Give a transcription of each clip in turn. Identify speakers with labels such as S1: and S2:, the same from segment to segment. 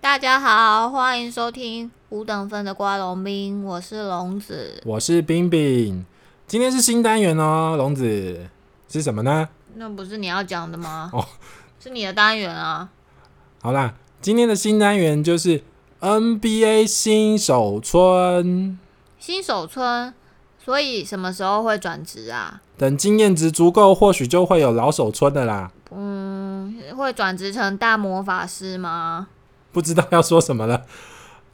S1: 大家好，欢迎收听五等分的瓜龙兵，我是龙子。
S2: 我是冰冰，今天是新单元哦，龙子是什么呢？
S1: 那不是你要讲的吗？
S2: 哦，
S1: 是你的单元啊。
S2: 好啦，今天的新单元就是 NBA 新手村。
S1: 新手村，所以什么时候会转职啊？
S2: 等经验值足够，或许就会有老手村的啦。
S1: 嗯，会转职成大魔法师吗？
S2: 不知道要说什么了。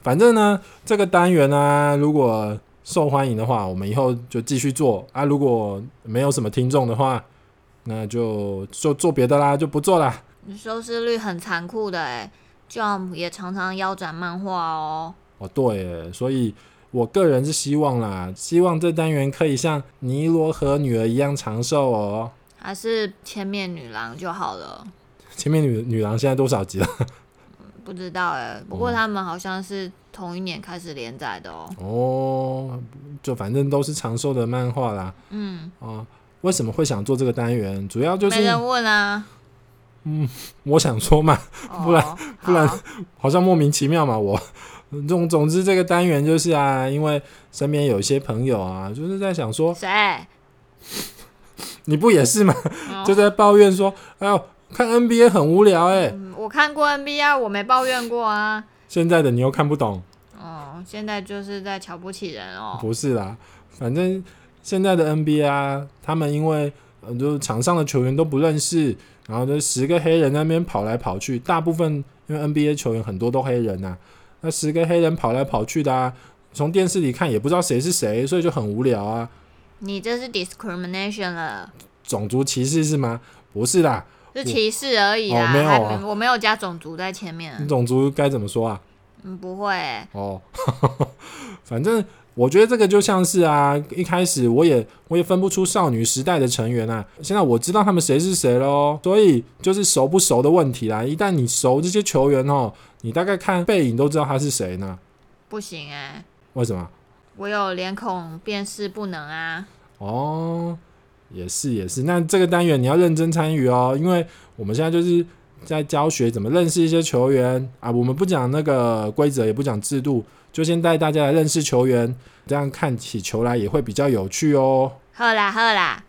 S2: 反正呢，这个单元呢、啊如果受欢迎的话，我们以后就继续做啊；如果没有什么听众的话，那就就做别的啦，就不做啦。
S1: 收视率很残酷的哎、Jump 也常常腰斩漫画哦。
S2: 哦，对耶，所以我个人是希望啦，希望这单元可以像尼罗河女儿一样长寿哦。
S1: 还是千面女郎就好了，
S2: 前面女女郎现在多少集了？
S1: 不知道哎、不过他们好像是同一年开始连载的哦。
S2: 哦，就反正都是长寿的漫画啦。
S1: 嗯，
S2: 哦，为什么会想做这个单元？主要就
S1: 没
S2: 是
S1: 人问啊。
S2: 我想说嘛，
S1: 哦，
S2: 不然不然
S1: 好
S2: 好像莫名其妙嘛，我。总总之，这个单元就是啊，因为身边有一些朋友啊，就是在想说，
S1: 谁？
S2: 你不也是吗？
S1: 哦
S2: 就在抱怨说，哎呦，看 NBA 很无聊哎、
S1: 嗯我看过 NBA，我没抱怨过啊。
S2: 现在的你又看不懂，
S1: 哦，现在就是在瞧不起人哦。
S2: 不是啦，反正现在的 NBA 啊，他们因为呃，就是场上的球员都不认识，然后就十个黑人在那边跑来跑去，大部分因为 NBA 球员很多都黑人呐、那十个黑人跑来跑去的啊，从电视里看也不知道谁是谁，所以就很无聊啊。
S1: 你这是 discrimination 了，
S2: 种族歧视是吗？不是啦，
S1: 是歧视而已啦，
S2: 哦没有
S1: 还
S2: 啊
S1: 我没有加种族在前面。
S2: 种族该怎么说啊？
S1: 嗯，不会欸、
S2: 哦， 反正我觉得这个就像是啊，一开始我也我也分不出少女时代的成员啊，现在我知道他们谁是谁喽，所以就是熟不熟的问题啦。一旦你熟这些球员哦，你大概看背影都知道他是谁呢？
S1: 不行哎、
S2: 为什么？
S1: 我有脸孔辨识不能啊。
S2: 哦，也是也是，那这个单元你要认真参与哦，因为我们现在就是在教学怎么认识一些球员啊。我们不讲那个规则，也不讲制度，就先带大家来认识球员，这样看起球来也会比较有趣哦。
S1: 喝啦喝啦，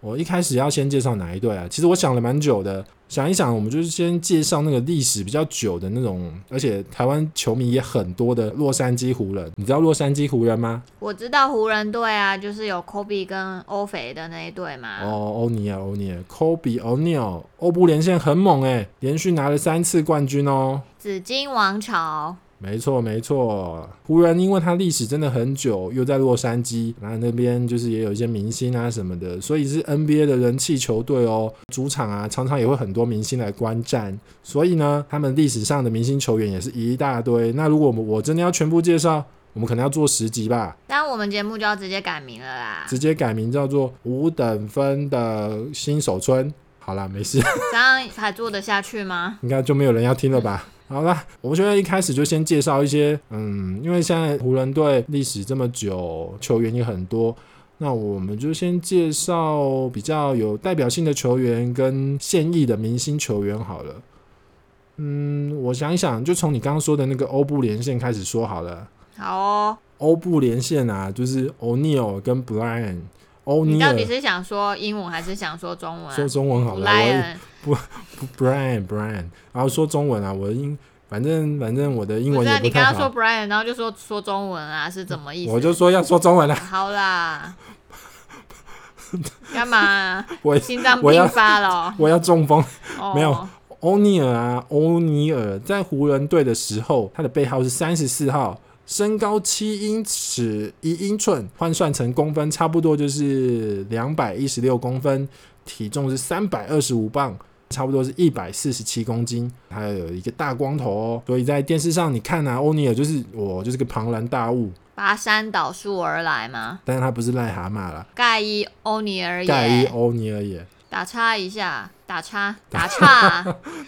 S2: 我一开始要先介绍哪一队啊？其实我想了蛮久的，想一想，我们就是先介绍那个历史比较久的那种，而且台湾球迷也很多的洛杉矶湖人。你知道洛杉矶湖人吗？
S1: 我知道湖人队啊，就是有 Kobe 跟欧肥的那一队嘛。
S2: 哦，欧尼尔，欧尼尔，Kobe O'Neal，欧布连线很猛诶，连续拿了三次冠军哦。
S1: 紫金王朝，
S2: 没错，没错，湖人因为它历史真的很久，又在洛杉矶，然后那边就是也有一些明星啊什么的，所以是 NBA 的人气球队哦。主场啊，常常也会很多明星来观战，所以呢，他们历史上的明星球员也是一大堆。那如果我们我真的要全部介绍，我们可能要做十集吧，
S1: 但我们节目就要直接改名了啦。
S2: 直接改名叫做五等分的新手村。好啦，没事。
S1: 这样还做得下去吗？
S2: 应该就没有人要听了吧？好啦，我觉得一开始就先介绍一些，嗯，因为现在湖人队历史这么久，球员也很多，那我们就先介绍比较有代表性的球员跟现役的明星球员好了。嗯，我想一想，就从你刚刚说的那个欧布连线开始说好了。
S1: 好哦，
S2: 欧布连线啊，就是欧尼尔跟 Brian，欧
S1: 你
S2: 尼
S1: 到
S2: 尔
S1: 底是想说英文还是想说中文啊？
S2: 哦说中文好
S1: 不
S2: 了，我也
S1: 赖，
S2: Brian Brian，然后说中文啊，我的英反正反正我的英
S1: 不
S2: 文
S1: 是
S2: 也
S1: 啊你
S2: 太
S1: 刚
S2: 好。
S1: 刚说 Brian，然后就说说中文啊，是怎么意思？
S2: 我就说要说中文啊啦，
S1: 好啦，干嘛？
S2: 我
S1: 心脏
S2: 我要
S1: 病发了？
S2: 我要中风。
S1: 哦，
S2: 没有，欧尼尔啊，欧尼尔在湖人队的时候，他的背号是三十四号，身高七英尺一英寸，换算成公分差不多就是两百一十六公分，体重是三百二十五磅。差不多是一百四十七公斤，还有一个大光头哦，所以在电视上你看啊，欧尼尔就是我就是个庞然大物，
S1: 跋山倒树而来吗？
S2: 但是他不是癞蛤蟆啦，
S1: 盖伊欧尼尔
S2: 盖伊
S1: 也
S2: 欧尼尔也
S1: 打岔一下，打岔，打岔。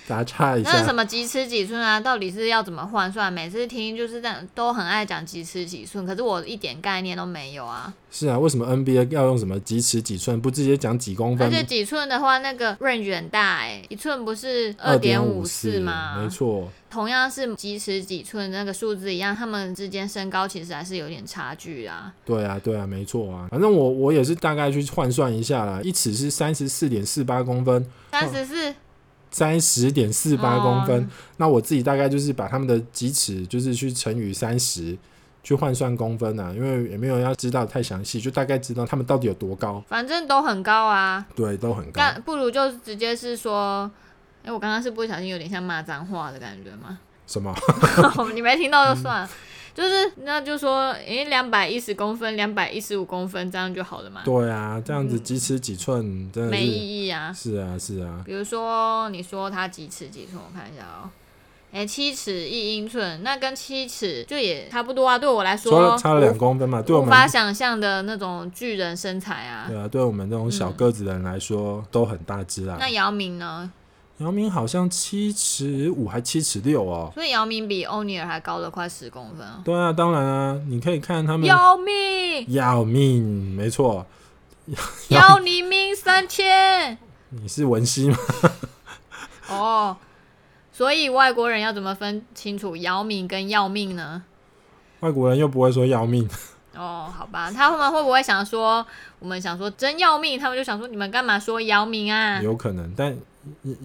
S2: 打岔一
S1: 那
S2: 下
S1: 什，么几尺几寸啊？到底是要怎么换算？每次听就是这样，都很爱讲几尺几寸，可是我一点概念都没有啊。
S2: 是啊，为什么 NBA 要用什么几尺几寸，不直接讲几公
S1: 而
S2: 分？
S1: 且几寸的话，那个 range 欸很大哎、一寸不是
S2: 二
S1: 点
S2: 五
S1: 四吗？
S2: 没错，
S1: 同样是几尺几寸那个数字一样，他们之间身高其实还是有点差距啊。
S2: 对啊，对啊，没错啊。反正我我也是大概去换算一下啦，一尺是三十四点四八公分，
S1: 三十四，
S2: 三十点四八
S1: 哦
S2: 公分。那我自己大概就是把他们的几尺，就是去乘以三十，去换算公分啊，因为也没有要知道太详细，就大概知道他们到底有多高。
S1: 反正都很高啊。
S2: 对，都很高。
S1: 干不如就直接是说，哎、我刚刚是不小心有点像骂脏话的感觉 吗？
S2: 什么？
S1: 你没听
S2: 嗯
S1: 到就算了，就是那就说，哎、两百一十公分，两百一十五公分这样就好了嘛，
S2: 对啊，这样子几尺几寸，真的
S1: 嗯没
S2: 是
S1: 意义啊。
S2: 是啊是啊，
S1: 比如说，你说它几尺几寸？我看一下哦、哎、七尺一英寸，那跟七尺就也差不多啊。对我来
S2: 除了
S1: 说，
S2: 差了两公分嘛，对我
S1: 无
S2: 们
S1: 法想象的那种巨人身材啊。
S2: 对啊，对我们这种小个子的人来说、都很大只啦。
S1: 嗯那姚明呢？
S2: 姚明好像七尺五还七尺六哦。
S1: 所以姚明比欧尼尔还高了快十公分哦。
S2: 对啊，当然啊，你可以看他们
S1: 姚明，
S2: 要命，没错，
S1: 要你命三千
S2: 你是文熙吗？
S1: 哦。所以外国人要怎么分清楚姚明跟要命呢？
S2: 外国人又不会说要命，
S1: 哦，好吧，他们会不会想说，我们想说真要命，他们就想说你们干嘛说姚明啊？
S2: 有可能，但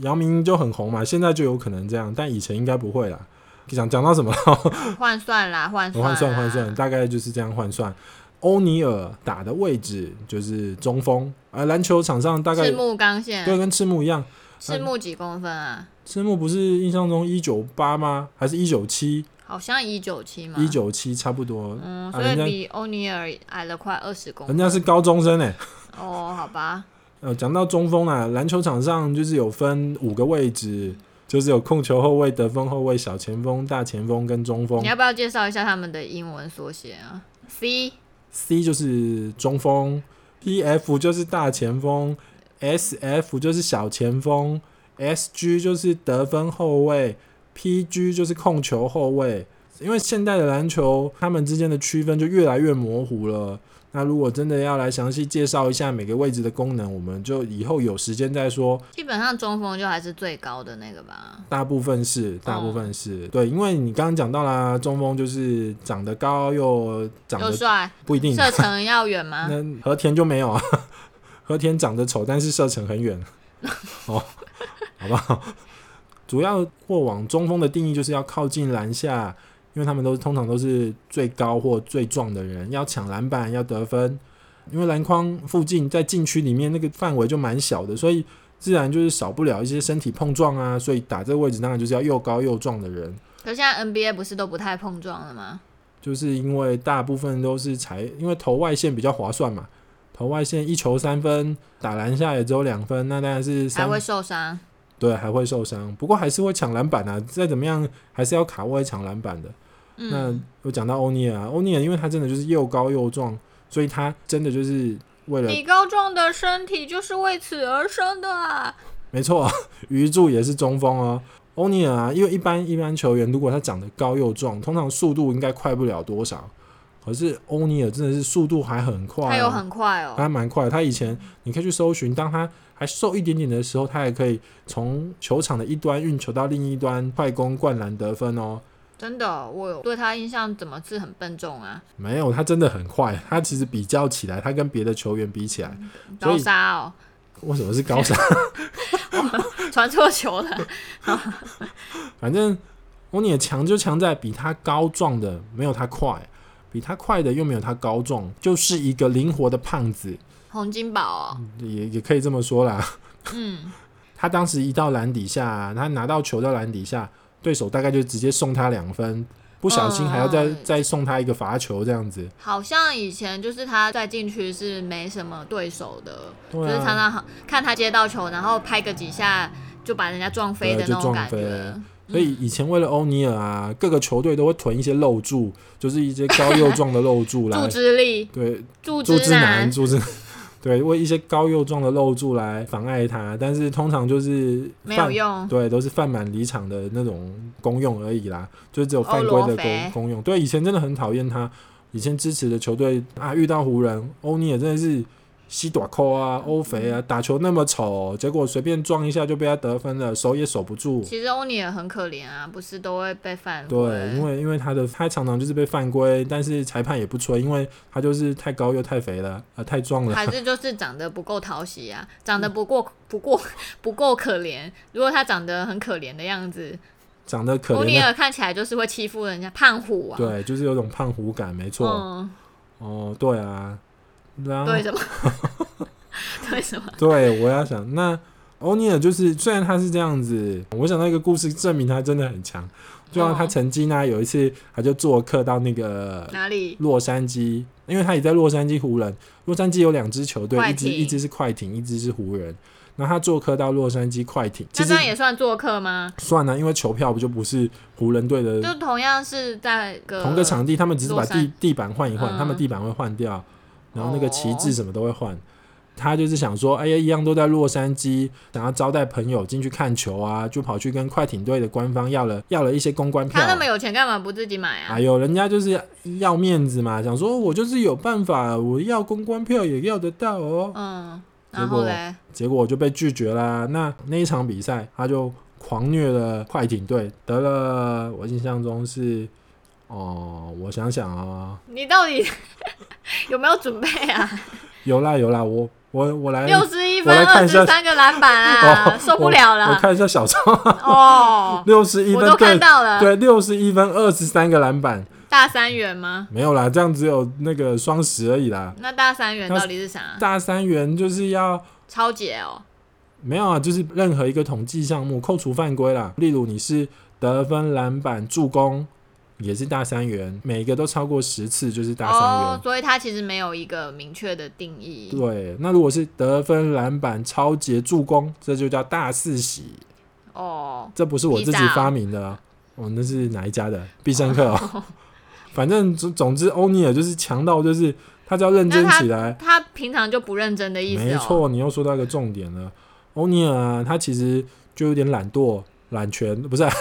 S2: 姚明就很红嘛，现在就有可能这样，但以前应该不会啦。讲讲到什么？
S1: 换算啦，换
S2: 我
S1: 算啦，
S2: 换算换算，大概就是这样换算。欧尼尔打的位置就是中锋，而篮球场上大概
S1: 赤木刚宪，
S2: 对跟赤木一样，呃
S1: 赤木几公分啊？
S2: 赤木不是印象中一九八吗？还是一九七？
S1: 好像一九七嘛，
S2: 一，九七差不多。
S1: 嗯，
S2: 啊
S1: 所
S2: 人
S1: 以
S2: 家
S1: 比欧尼尔矮了快二十公分。
S2: 人家是高中生哎、
S1: 哦，好吧，
S2: 呃，讲到中锋啊，篮球场上就是有分五个位置，就是有控球后卫、得分后卫、小前锋、大前锋跟中锋
S1: 你。要不要介绍一下他们的英文缩写啊？C
S2: C 就是中锋，PF 就是大前锋，SF 就是小前锋，SG 就是得分后卫，PG 就是控球后卫。因为现代的篮球，他们之间的区分就越来越模糊了。那如果真的要来详细介绍一下每个位置的功能，我们就以后有时间再说。
S1: 基本上中锋就还是最高的那个吧。
S2: 大部分是，大部分
S1: 嗯
S2: 是、对，因为你刚刚讲到啦，中锋就是长得高又长
S1: 又
S2: 得
S1: 帅，
S2: 不一定
S1: 射程要远吗？
S2: 那和田就没有啊， 和田长得丑，但是射程很远。哦，好不好？主要过往中锋的定义就是要靠近篮下，因为他们都通常都是最高或最壮的人，要抢篮板，要得分。因为篮筐附近在禁区里面那个范围就蛮小的，所以自然就是少不了一些身体碰撞啊。所以打这个位置当然就是要又高又壮的人。
S1: 可现在 NBA 不是都不太碰撞了吗？
S2: 就是因为大部分都是才，因为投外线比较划算嘛，投外线一球三分，打篮下也只有两分，那当然是
S1: 还
S2: 三
S1: 会受伤。
S2: 对还会受伤，不过还是会抢篮板啊，再怎么样还是要卡位抢篮板的。那
S1: 嗯，
S2: 有讲到欧尼尔啊，欧尼尔因为他真的就是又高又壮，所以他真的就是为了
S1: 你高壮的身体就是为此而生的啊。
S2: 没错， 鱼柱也是中锋哦。欧尼尔啊，因为一般一般球员如果他长得高又壮，通常速度应该快不了多少。可是欧尼尔真的是速度还很快、哦，
S1: 他有很快哦。
S2: 还蛮快的。他以前你可以去搜寻，当他还瘦一点点的时候，他还可以从球场的一端运球到另一端，快攻、灌篮、得分哦。
S1: 真的哦，我有对他印象怎么是很笨重啊，
S2: 没有，他真的很快。他其实比较起来，他跟别的球员比起来，所
S1: 高
S2: 以
S1: 沙哦，
S2: 为什么是高手？
S1: 传错球了。
S2: 反正欧尼尔强就强在比他高壮的没有他快，比他快的又没有他高壮，就是一个灵活的胖子，
S1: 洪金宝哦，
S2: 也也可以这么说啦。
S1: 嗯，
S2: 他当时一到篮底下，他拿到球到篮底下，对手大概就直接送他两分，不小心还要再、
S1: 嗯
S2: 再送他一个罚球这样子。
S1: 好像以前就是他在禁区是没什么对手的，就
S2: 对
S1: 是常
S2: 啊，
S1: 常好看他接到球，然后拍个几下就把人家撞飞的
S2: 对就
S1: 那种感
S2: 撞飞
S1: 觉
S2: 了。所以以前为了欧尼尔啊，各个球队都会囤一些漏柱，就是一些高又壮的漏柱
S1: 助
S2: 来，
S1: 之力，
S2: 对，
S1: 助
S2: 柱之
S1: 男
S2: 男，，柱之。 对，为一些高又壮的漏柱来妨碍他，但是通常就是
S1: 没有
S2: 犯
S1: 用。
S2: 对，都是犯满离场的那种功用而已啦，就只有犯
S1: 欧
S2: 规
S1: 罗
S2: 的
S1: 肥
S2: 功功用。对，以前真的很讨厌他，以前支持的球队啊，遇到湖人，欧尼尔真的是西短扣啊、
S1: 嗯
S2: 欧肥啊，打球那么丑，结果随便撞一下就被他得分了，守也守不住。
S1: 其实欧尼尔很可怜啊，不是都会被犯规。
S2: 对，因为因为他的他常常就是被犯规，但是裁判也不吹，因为他就是太高又太肥了，啊、太壮 了。
S1: 还是就是长得不够讨喜啊，长得不过 不过不够可怜。如果他长得很可怜的样子，
S2: 长得可
S1: 欧尼
S2: 怜的，
S1: 尔看起来就是会欺负人家胖虎啊。
S2: 对，就是有种胖虎感，没错。
S1: 嗯，
S2: 哦，对啊，然后
S1: 对什 么？对什么？
S2: 对我要想那欧尼尔就是虽然他是这样子，我想到一个故事证明他真的很强。就像他
S1: 哦
S2: 曾经啊呢，有一次他就做客到那个
S1: 哪里？
S2: 洛杉矶，因为他也在洛杉矶湖人。洛杉矶有两支球队，
S1: 快
S2: 一支
S1: 艇
S2: 一支是快艇，一支是湖人。然后他做客到洛杉矶快艇，其
S1: 那
S2: 实
S1: 这样也算做客吗？
S2: 算啊了、因为球票不就不是湖人队的
S1: 就同样是在个
S2: 同个场地，他们只是把
S1: 洛
S2: 地
S1: 杉
S2: 地板换一换，
S1: 嗯
S2: 他们地板会换掉，然后那个旗帜
S1: 哦
S2: 什么都会换。他就是想说，哎呀，一样都在洛杉矶，想要招待朋友进去看球啊，就跑去跟快艇队的官方要了要了一些公关票
S1: 他。那么有钱，干嘛不自己买啊
S2: 哎？呦，人家就是要面子嘛，想说我就是有办法，我要公关票也要得到哦。
S1: 嗯，
S2: 结
S1: 然后
S2: 果
S1: 嘞，
S2: 结果我就被拒绝啦。那那一场比赛，他就狂虐了快艇队，得了，我印象中是，哦、我想想啊、
S1: 你到底 有没有准备啊？
S2: 有啦有啦，我我我来
S1: 六十一
S2: 哎我
S1: 分，
S2: 来看
S1: 二
S2: 一下
S1: 十三个篮板啊，
S2: 哦
S1: 受不了
S2: 我
S1: 了
S2: 看一下小超！
S1: 哦
S2: 六十 一
S1: 我
S2: 分
S1: 都看
S2: 对
S1: 到了，
S2: 对六十一分二十三个篮板，
S1: 大三元吗？
S2: 没有啦，这样只有那个双十而已啦。
S1: 那大三元
S2: 那是
S1: 到底是啥？
S2: 大三元就是要
S1: 超解哦，
S2: 没有啊，就是任何一个统计项目扣除犯规啦，例如你是得分、篮板、助攻。也是大三元，每一个都超过十次就是大三元。
S1: 哦，所以它其实没有一个明确的定义。
S2: 对，那如果是得分、篮板、超节、助攻，这就叫大四喜。
S1: 哦，
S2: 这不是我自己发明的、啊，哦，那是哪一家的？必胜客、 哦。反正总总之，欧尼尔就是强到，就是他只要认真起来，
S1: 他平常就不认真的意思
S2: 没
S1: 哦。
S2: 错，你又说到一个重点了。欧尼尔啊，他其实就有点懒惰、懒权，不是、啊？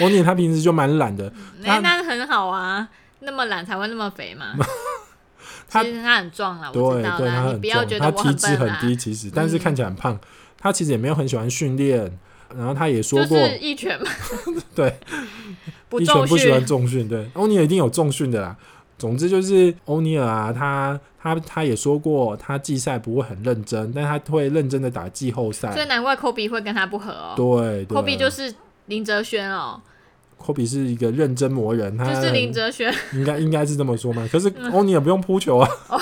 S2: 欧尼尔他平时就蛮懒的，
S1: 哎、
S2: 他
S1: 那很好啊，那么懒才会那么肥嘛。
S2: 他
S1: 其实他很壮啦，
S2: 对
S1: 我知道
S2: 对，他
S1: 啦，你
S2: 很
S1: 不要
S2: 重
S1: 觉，得
S2: 他
S1: 我
S2: 体脂
S1: 笨
S2: 很
S1: 啦，
S2: 低，其实，但是
S1: 嗯
S2: 看起来很胖。他其实也没有很喜欢训练，然后他也说
S1: 就
S2: 过，
S1: 是一拳嘛，
S2: 对，
S1: 不
S2: 一拳
S1: 重
S2: 不喜欢
S1: 训，
S2: 重训，对，欧尼尔一定有重训的啦。总之就是欧尼尔啊，他他他也说过，他季赛不会很认真，但他会认真的打季后
S1: 所以
S2: 赛。
S1: 难怪科比会跟他不合哦。
S2: 对，啊
S1: 科比就是是林哲轩哦，
S2: 科比是一个认真磨人，他
S1: 就是嗯林哲轩，
S2: 应该应该是这么说嘛。可是欧尼尔不用扑球啊。
S1: 哦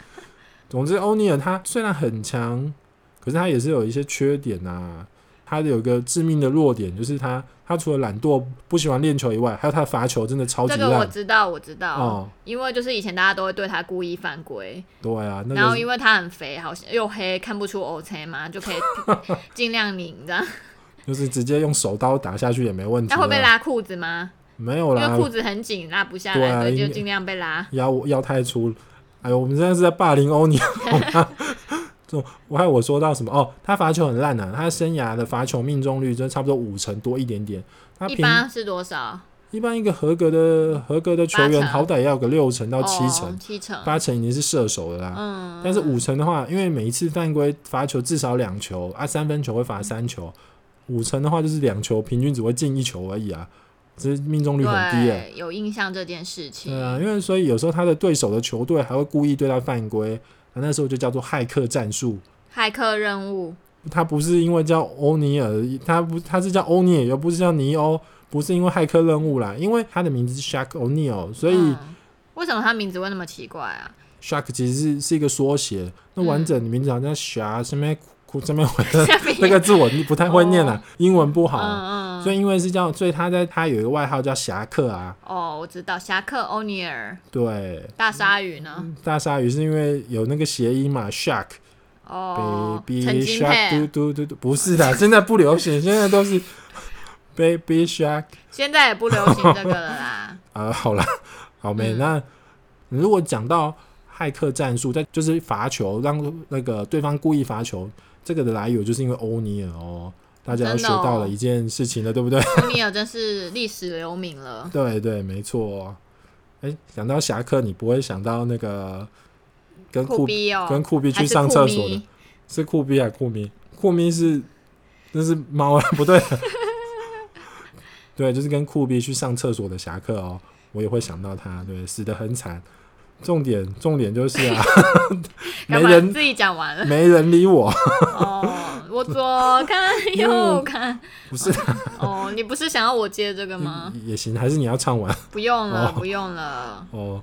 S2: 总之，欧尼尔他虽然很强，可是他也是有一些缺点啊。他有个致命的弱点，就是他他除了懒惰、不喜欢练球以外，还有他的罚球真的超级
S1: 这个我
S2: 烂。
S1: 知道，我知道，
S2: 哦，
S1: 因为就是以前大家都会对他故意犯规，
S2: 对啊，那
S1: 然后
S2: 个
S1: 因为他很肥，好像又黑，看不出 O C 嘛，就可以尽量拧这样。
S2: 就是直接用手刀打下去也没问题
S1: 那
S2: 啦。
S1: 会被拉裤子吗？
S2: 没有
S1: 因为
S2: 啦，
S1: 裤子很紧，拉不下
S2: 对啊
S1: 来，所以
S2: 应
S1: 就
S2: 该
S1: 尽量被拉。
S2: 腰腰太粗。哎呦，我们现在是在霸凌欧尼好 吗？就我还有我说到什么哦，他罚球很烂啊，他生涯的罚球命中率就差不多五成多一点点。他
S1: 一
S2: 平
S1: 般是多少？
S2: 一般一个合格的合格的球
S1: 八
S2: 员，
S1: 成
S2: 好歹要有个六成到七
S1: 哦
S2: 成，、
S1: 七成。
S2: 八成已经是射手了啦。
S1: 嗯，
S2: 但是五成的话，因为每一次犯规罚球至少两球啊，三分球会罚三球，五成的话就是两球，平均只会进一球而已啊，这命中率很低耶、啊
S1: 对，有印象这件事情。
S2: 对啊，因为所以有时候他的对手的球队还会故意对他犯规，啊那那时候就叫做骇客战术。
S1: 骇客任务，
S2: 他不是因为叫欧尼尔，他不他是叫欧尼尔，又不是叫尼欧，不是因为骇客任务啦，因为他的名字是 Shaq O'Neal，所以
S1: 嗯为什么他名字会那么奇怪 啊？
S2: Shaq 其实是是一个缩写，那
S1: 嗯
S2: 完整的名字好像 Shaq 什么哭什么回那个字我不太会念啦，英文不好啊、
S1: 哦嗯嗯，
S2: 所以因为是叫，所以他在他有一个外号叫侠客啊，
S1: 哦，我知道，侠客欧尼尔，
S2: 对，
S1: 大鲨鱼呢？
S2: 大鲨鱼是因为有那个谐音嘛，Shark。
S1: 哦，
S2: Baby
S1: 陈金
S2: Shark 嘟
S1: 佩，
S2: 嘟嘟嘟，不是的，现在不流行，现在都是 Baby Shark
S1: 现在也不流行这个了啦。
S2: 啊、 好啦，好没、
S1: 嗯
S2: 那如果讲到骇客战术，但就是罚球，让那个对方故意罚球，这个的来由就是因为欧尼尔哦，大家要
S1: 真
S2: 学
S1: 的哦
S2: 到了一件事情了，对不 对？
S1: 欧尼尔真是历史留名了。
S2: 哦对对，没错。哎，讲到侠客，你不会想到那个跟
S1: 酷
S2: 库
S1: 逼哦，
S2: 跟库比
S1: 还
S2: 去
S1: 是
S2: 上
S1: 酷
S2: 厕所
S1: 咪
S2: 的，是库比还库咪？库咪是那是猫啊， 不对，对，就是跟库比去上厕所的侠客哦，我也会想到他，对，死得很惨。重点重点就是 啊，没
S1: 干嘛
S2: 人
S1: 自己讲完了？
S2: 没人理 我，
S1: 哦，我左看右 看，
S2: 不是
S1: 哦，你不是想要我接这个吗？
S2: 也行，还是你要唱完
S1: 不用了，
S2: 嗯哦
S1: 不用了。
S2: 哦。嗯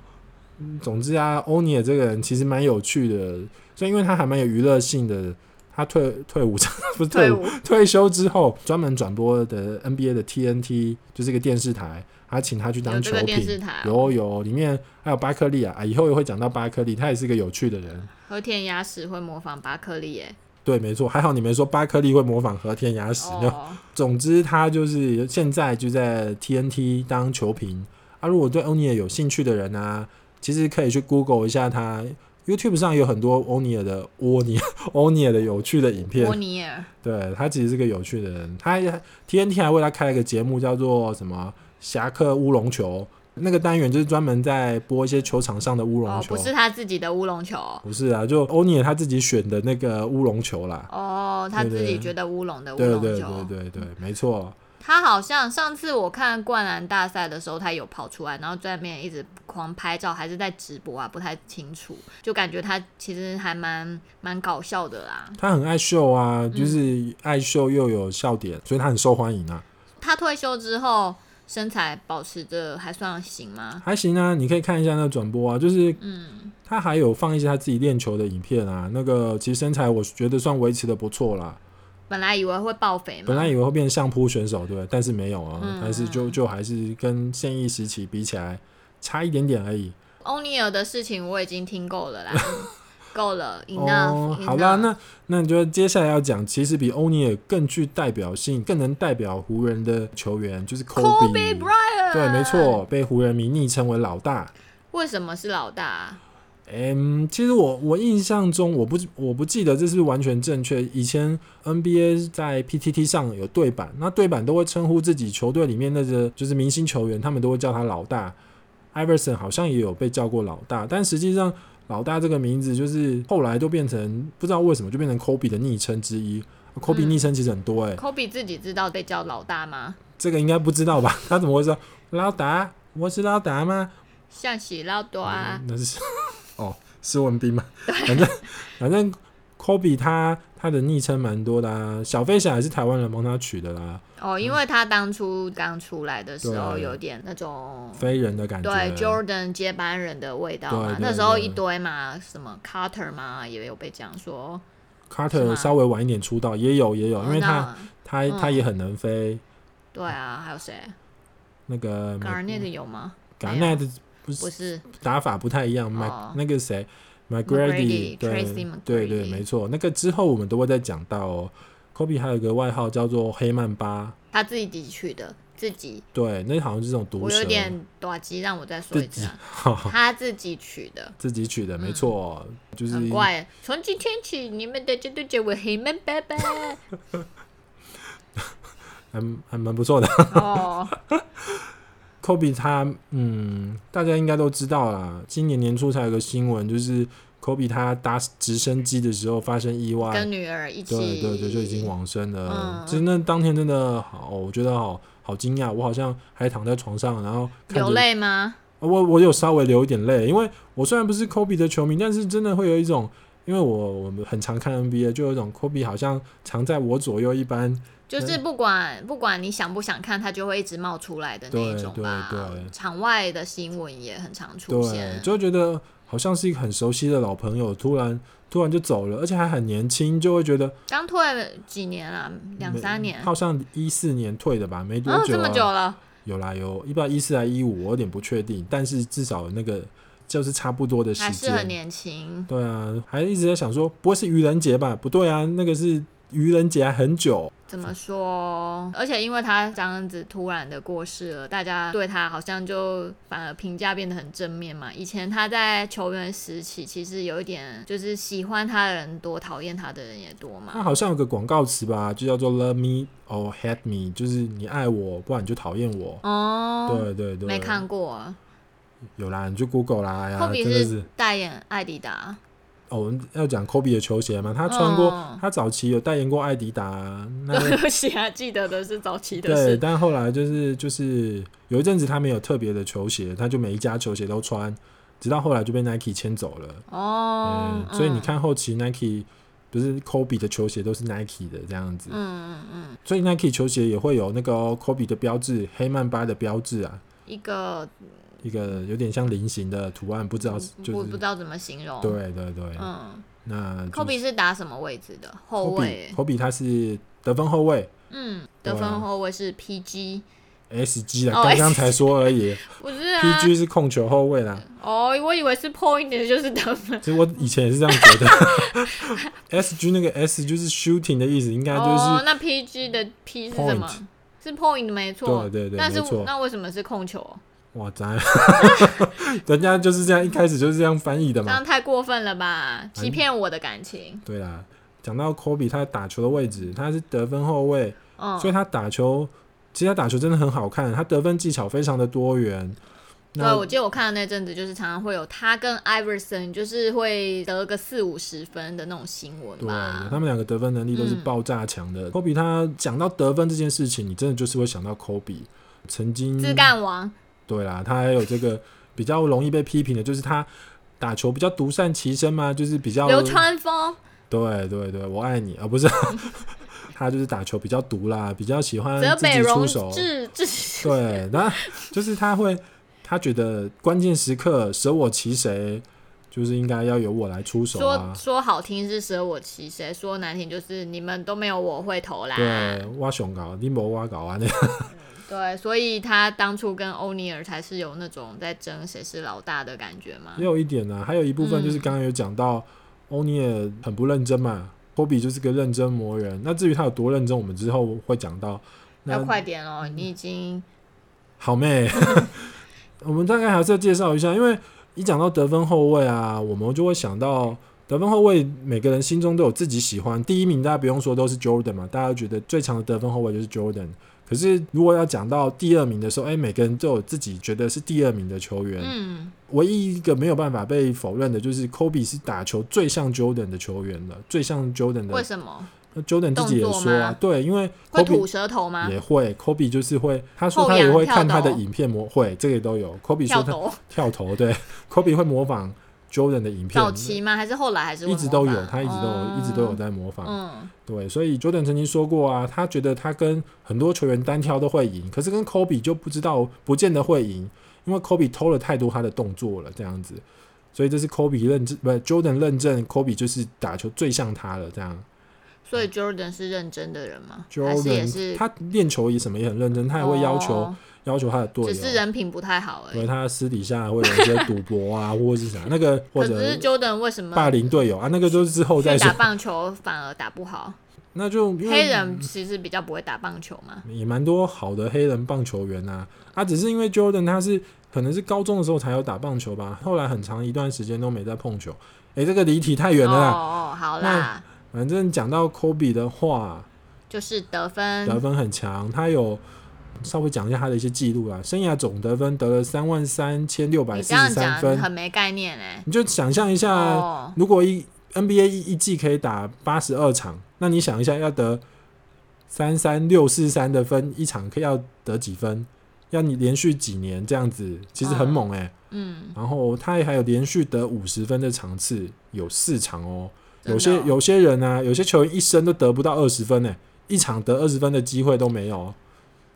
S2: 总之啊，欧尼尔这个人其实蛮有趣的，所以因为他还蛮有娱乐性的。他退退伍， 不是
S1: 退
S2: 退伍，
S1: 伍
S2: 退休之后专门转播的 NBA 的 TNT 就是一个电视台，他请他去
S1: 有
S2: 当
S1: 这
S2: 球
S1: 个电视
S2: 评
S1: 台哦。
S2: 有有，里面还有巴克利啊，啊以后也会讲到巴克利，他也是个有趣的人。
S1: 和田雅史会模仿巴克利耶。
S2: 对，没错，还好你没说巴克利会模仿和田雅史。就
S1: 哦，
S2: 总之，他就是现在就在 TNT 当球评啊。如果对欧尼尔有兴趣的人啊，其实可以去 Google 一下他 YouTube 上有很多欧尼尔的欧尼 欧尼尔的有趣的影片
S1: 波。尼尔
S2: 对他其实是个有趣的人，他也 TNT 还为他开了个节目，叫做什么“侠客乌龙球”，那个单元就是专门在播一些球场上的乌龙
S1: 哦，
S2: 球。
S1: 不是他自己的乌龙球
S2: 不是啊，就欧尼尔他自己选的那个乌龙球啦。
S1: 哦，他
S2: 对对
S1: 自己
S2: 对
S1: 觉得乌龙的乌
S2: 对
S1: 龙
S2: 对对
S1: 球。
S2: 对对，没错。
S1: 他好像上次我看灌篮大赛的时候，他有跑出来，然后在那边一直狂拍照，还是在直播啊，不太清楚，就感觉他其实还蛮蛮搞笑的啦。
S2: 他很爱秀啊，
S1: 嗯
S2: 就是爱秀又有笑点，所以他很受欢迎啊。
S1: 他退休之后身材保持着还算行吗？
S2: 还行啊，你可以看一下那个转播啊，就是
S1: 嗯，
S2: 他还有放一些他自己练球的影片啊。那个其实身材我觉得算维持的不错啦。
S1: 本来以为会爆肥嘛，
S2: 本来以为会变相扑选手，对，但是没有啊，
S1: 嗯
S2: 但是就就还是跟现役时期比起来差一点点而已。
S1: 欧尼尔的事情我已经听够 了啦，够了
S2: 哦
S1: ，enough，
S2: 好啦，
S1: enough
S2: 那那你就接下来要讲，其实比欧尼尔更具代表性、更能代表湖人的球员就是
S1: Kobe
S2: Kobe，
S1: Bryant，
S2: 对，没。错，被湖人迷昵称为老大。
S1: 为什么是老大啊？
S2: 嗯，其实我我印象中，我不我不记得这是完全正确。以前 NBA 在 PTT 上有对版，那对版都会称呼自己球队里面那个就是明星球员，他们都会叫他老大。Iverson 好像也有被叫过老大，但实际上老大这个名字就是后来都变成不知道为什么就变成 Kobe 的昵称之一。Kobe
S1: 嗯
S2: 昵称其实很多诶、欸
S1: 科比自己知道被叫老大吗？
S2: 这个应该不知道吧？ 他怎么会说老大？我是老大吗？
S1: 像喜老多啊，
S2: 嗯 那是哦，斯文斌嘛，反正反正科比他他的昵称蛮多的啊，小飞侠也是台湾人帮他取的啦，
S1: 哦，因为他当初刚出来的时候
S2: 嗯对
S1: 有点那种。
S2: 飞人的感觉，
S1: 对 Jordan 接班人的味道
S2: 对
S1: 嘛
S2: 对，
S1: 那时候
S2: 对
S1: 一堆嘛，什么 Carter 嘛，也有被讲说，是
S2: Carter
S1: 吗
S2: 稍微晚一点出道，也有也有，因为他
S1: 哦
S2: 他
S1: 嗯
S2: 他也很能飞，
S1: 那对啊，还有谁
S2: 那个
S1: Garnett 啊有吗？
S2: 港奈的不
S1: 不
S2: 是
S1: 是，
S2: 打法不太一样，麦
S1: 哦
S2: 那个谁。
S1: McGrady，
S2: McGrady，对
S1: Tracy McGrady
S2: 对对，没错，那个之后我们都会再讲到哦。科比还有一个外号叫做黑曼巴，
S1: 他自己取的，自己，
S2: 对，那好像是这种毒
S1: 我
S2: 蛇。
S1: 有点短机，让我再说一次啊，
S2: 哈哈
S1: 他自己取的，
S2: 自己取的，没错，就
S1: 嗯
S2: 是
S1: 很怪。从今天起，你们的战队叫我黑门拜拜。
S2: 还还蛮不错的。
S1: 哦，
S2: 科比他，嗯，大家应该都知道啦。今年年初才有个新闻，就是科比他搭直升机的时候发生意外，
S1: 跟女儿一起，
S2: 对对对，就已经往生了。
S1: 嗯
S2: 其实那当天真的好，我觉得好好惊讶，我好像还躺在床上，然后看着呃
S1: 流泪吗？
S2: 我我有稍微流一点泪，因为我虽然不是科比的球迷，但是真的会有一种，因为我我们很常看 NBA，就有一种科比好像常在我左右一般。
S1: 就是不管不管你想不想看，它就会一直冒出来的那一种吧。
S2: 对对对
S1: 场外的新闻也很常出
S2: 对，
S1: 现。
S2: 就觉得好像是一个很熟悉的老朋友，突然突然就走了，而且还很年轻，就会觉得
S1: 刚退几年啊，两三年，
S2: 好像一四年退的吧，没多
S1: 哦，
S2: 久、
S1: 这么
S2: 啊
S1: 久了，
S2: 有啦有，一不知道一四还一五，我有点不确定，但是至少那个就是差不多的时
S1: 还是很
S2: 间。
S1: 年轻。
S2: 对啊，还一直在想说，不会是愚人节吧？不对啊，那个是愚人节还很久。
S1: 怎么说？而且因为他这样子突然的过世了，大家对他好像就反而评价变得很正面嘛。以前他在球员时期，其实有一点就是喜欢他的人多，讨厌他的人也多
S2: 它
S1: 嘛。
S2: 好像有个广告词吧，就叫做 “Love me or hate me”，就是你爱我，不然你就讨厌我。
S1: 哦，
S2: 对对对，
S1: 没看过啊。
S2: 有啦，你就 Google 啦哎呀，
S1: 科比
S2: 真的是
S1: 是代言艾迪达，
S2: 哦，我们要讲科比的球鞋嘛，他穿过，
S1: 嗯
S2: 他早期有代言过艾迪达， 那
S1: 对不起啊，记得的是早期的
S2: 对，
S1: 事。
S2: 但后来就是就是有一阵子他没有特别的球鞋，他就每一家球鞋都穿，直到后来就被 Nike 牵走了。
S1: 哦
S2: 嗯，，所以
S1: 嗯，
S2: 你看后期 Nike 不是 Kobe 的球鞋都是 Nike 的这样子，
S1: 嗯嗯嗯，
S2: 所以 Nike 球鞋也会有那个哦 Kobe 的标志，黑曼巴的标志啊，
S1: 一个
S2: 一个有点像菱形的图案，不知道是就
S1: 嗯我
S2: 是
S1: 不知道怎么形容。，
S2: 对对对，
S1: 嗯，
S2: 那
S1: 科比是打什么位置的？后卫。
S2: Kobe 他是得分后卫
S1: 嗯，
S2: 对
S1: 得
S2: 啊
S1: 分后卫是 PG，
S2: SG 啦，
S1: 哦
S2: 刚刚才说而已
S1: 不是啊？
S2: ，PG 是控球后卫啦。
S1: 哦，我以为是 point 就是得分。
S2: 其实我以前也是这样觉得。S G 那个 S 就是 shooting 的意思，应该
S1: 哦
S2: 就，
S1: 那 PG 的 P 是什
S2: Point
S1: 么？是 point 没错
S2: 是，对对对，
S1: 但是
S2: 没错。
S1: 那为什么是控球？
S2: 哇，咱 人家就是这样，一开始就是这样翻译的
S1: 这
S2: 嘛
S1: 样。太过分了吧？欺骗我的感情。
S2: 对啦，讲到科比他打球的位置，他是得分后卫，
S1: 嗯
S2: 所以他打球其实他打球真的很好看，他得分技巧非常的多元。
S1: 对，啊
S2: 那
S1: 我记得我看的那阵子，就是常常会有他跟 Iverson，就是会得个四五十分的那种新闻
S2: 对，啊
S1: 吧。
S2: 他们两个得分能力都
S1: 嗯
S2: 是爆炸强的。科比他讲到得分这件事情，你真的就是会想到科比曾经
S1: 自干王，
S2: 对啦，他还有这个比较容易被批评的，就是他打球比较独善其身嘛，就是比较
S1: 流川枫，
S2: 对对对，我爱你啊，不是， 他就是打球比较毒啦，比较喜欢
S1: 泽
S2: 自
S1: 北
S2: 己
S1: 荣
S2: 出手，啊
S1: 治治，
S2: 对，那就是他会，他觉得关键时刻舍我其谁，就是应该要由我来出手
S1: 说
S2: 啊。
S1: 说好听是舍我其谁，说难听就是你们都没有我会投篮。
S2: 对，啊挖熊搞，你没挖搞啊，那
S1: 对，所以他当初跟欧尼尔才是有那种在争谁是老大的感觉嘛
S2: 也。有一点呢、还有一部分就是刚刚有讲到，欧尼尔很不认真嘛，科比就是个认真魔人。那至于他有多认真，我们之后会讲到。那
S1: 要快点哦，你已经
S2: 好妹，我们大概还是要介绍一下，因为一讲到得分后卫啊，我们就会想到得分后卫，每个人心中都有自己喜欢。第一名大家不用说都是 Jordan 嘛，大家都觉得最强的得分后卫就是 Jordan。可是如果要讲到第二名的时候，哎、每个人都有自己觉得是第二名的球员。
S1: 嗯，
S2: 唯一一个没有办法被否认的就是科比是打球最像 Jordan 的球员了，最像 Jordan
S1: 为
S2: 的。
S1: 什么
S2: 那 Jordan 自己也
S1: 动作
S2: 说啊
S1: 吗，
S2: 对，因为
S1: 会
S2: Kobe
S1: 吐舌头吗？
S2: 也会科比就是会，他说
S1: 后
S2: 他也
S1: 仰
S2: 会
S1: 跳
S2: 看他的
S1: 投
S2: 影片模，会这个都有。科比
S1: 跳
S2: 说他
S1: 投
S2: 跳投，对， 科比会模仿 Jordan 的影片
S1: 早，期吗？还是后来还是会
S2: 一直都
S1: 模
S2: 有，
S1: 仿
S2: 他一直都有，一直都有。在模仿。
S1: 嗯
S2: 对，所以 Jordan 曾经说过啊，他觉得他跟很多球员单挑都会赢，可是跟科比就不知道，不见得会赢，因为科比偷了太多他的动作了，这样子。所以这是科比认证，不是 Jordan 认证，科比就是打球最像他了，这样。
S1: 嗯，所以 Jordan 是认真的人吗？还是也
S2: Jordan
S1: 是
S2: 他练球也什么也很认真，他也会要求、
S1: 哦
S2: 要求他的队友，
S1: 只是人品不太好而
S2: 对
S1: 已。
S2: 他私底下会有一些赌博啊，或者是啥那个，或
S1: 可是
S2: 者
S1: Jordan 为什么
S2: 霸凌队友啊，那个都是之后再
S1: 去
S2: 说
S1: 打。棒球反而打不好？
S2: 那就 因为
S1: 黑人其实比较不会打棒球嘛。
S2: 也蛮多好的黑人棒球员啊，啊，只是因为 Jordan 他是可能是高中的时候才有打棒球吧，后来很长一段时间都没在碰球。诶、这个离题太远了啦。
S1: 哦哦，好
S2: 啊那
S1: 啦。
S2: 反正讲到 Kobe 的话，
S1: 就是得分，
S2: 得分很强，他有稍微讲一下他的一些记录啦，生涯总得分得了三万三千六百
S1: 你
S2: 四
S1: 这样
S2: 十三
S1: 讲
S2: 分，
S1: 很没概念哎、
S2: 你就想象一下。
S1: 哦，
S2: 如果一 NBA 一一季可以打八十二场，那你想一下，要得三三六四三的分一场，可以要得几分？要你连续几年这样子，其实很猛哎、
S1: 嗯，
S2: 然后他还有连续得五十分的场次，有四场哦。有
S1: 真
S2: 些
S1: 的哦
S2: 有些人啊，有些球员一生都得不到二十分呢、欸一场得二十分的机会都没有哦。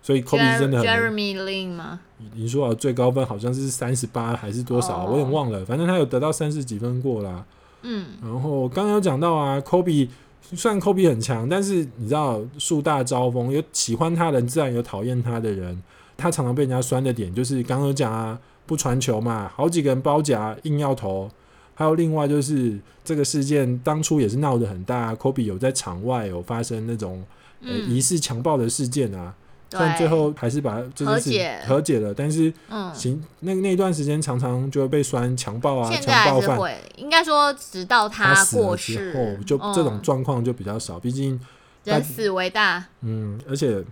S2: 所以 Kobe 是
S1: Jer-
S2: 真的很猛
S1: Jeremy Lin 吗？
S2: 你说啊，最高分好像是三十八还是多少？啊
S1: 哦
S2: 我有点忘了，反正他有得到三十几分过啦。
S1: 嗯，
S2: 然后刚刚有讲到啊，科比虽然科比很强，但是你知道树大招风，有喜欢他的人，自然有讨厌他的人。他常常被人家酸的点就是刚刚有讲啊，不传球嘛，好几个人包夹硬要投。还有另外就是这个事件当初也是闹得很大，科比有在场外有发生那种、呃
S1: 嗯
S2: 疑似强暴的事件啊，
S1: 对，
S2: 但最后还是把这件事
S1: 和解
S2: 和解了。但是
S1: 嗯，
S2: 行，那那段时间常常就会被酸强暴啊，
S1: 现在
S2: 强暴
S1: 还是
S2: 犯。
S1: 会，应该说直到
S2: 他死
S1: 过
S2: 了之
S1: 世
S2: 后，就这种
S1: 嗯
S2: 状况就比较少。毕竟，
S1: 人死为大，
S2: 嗯，而且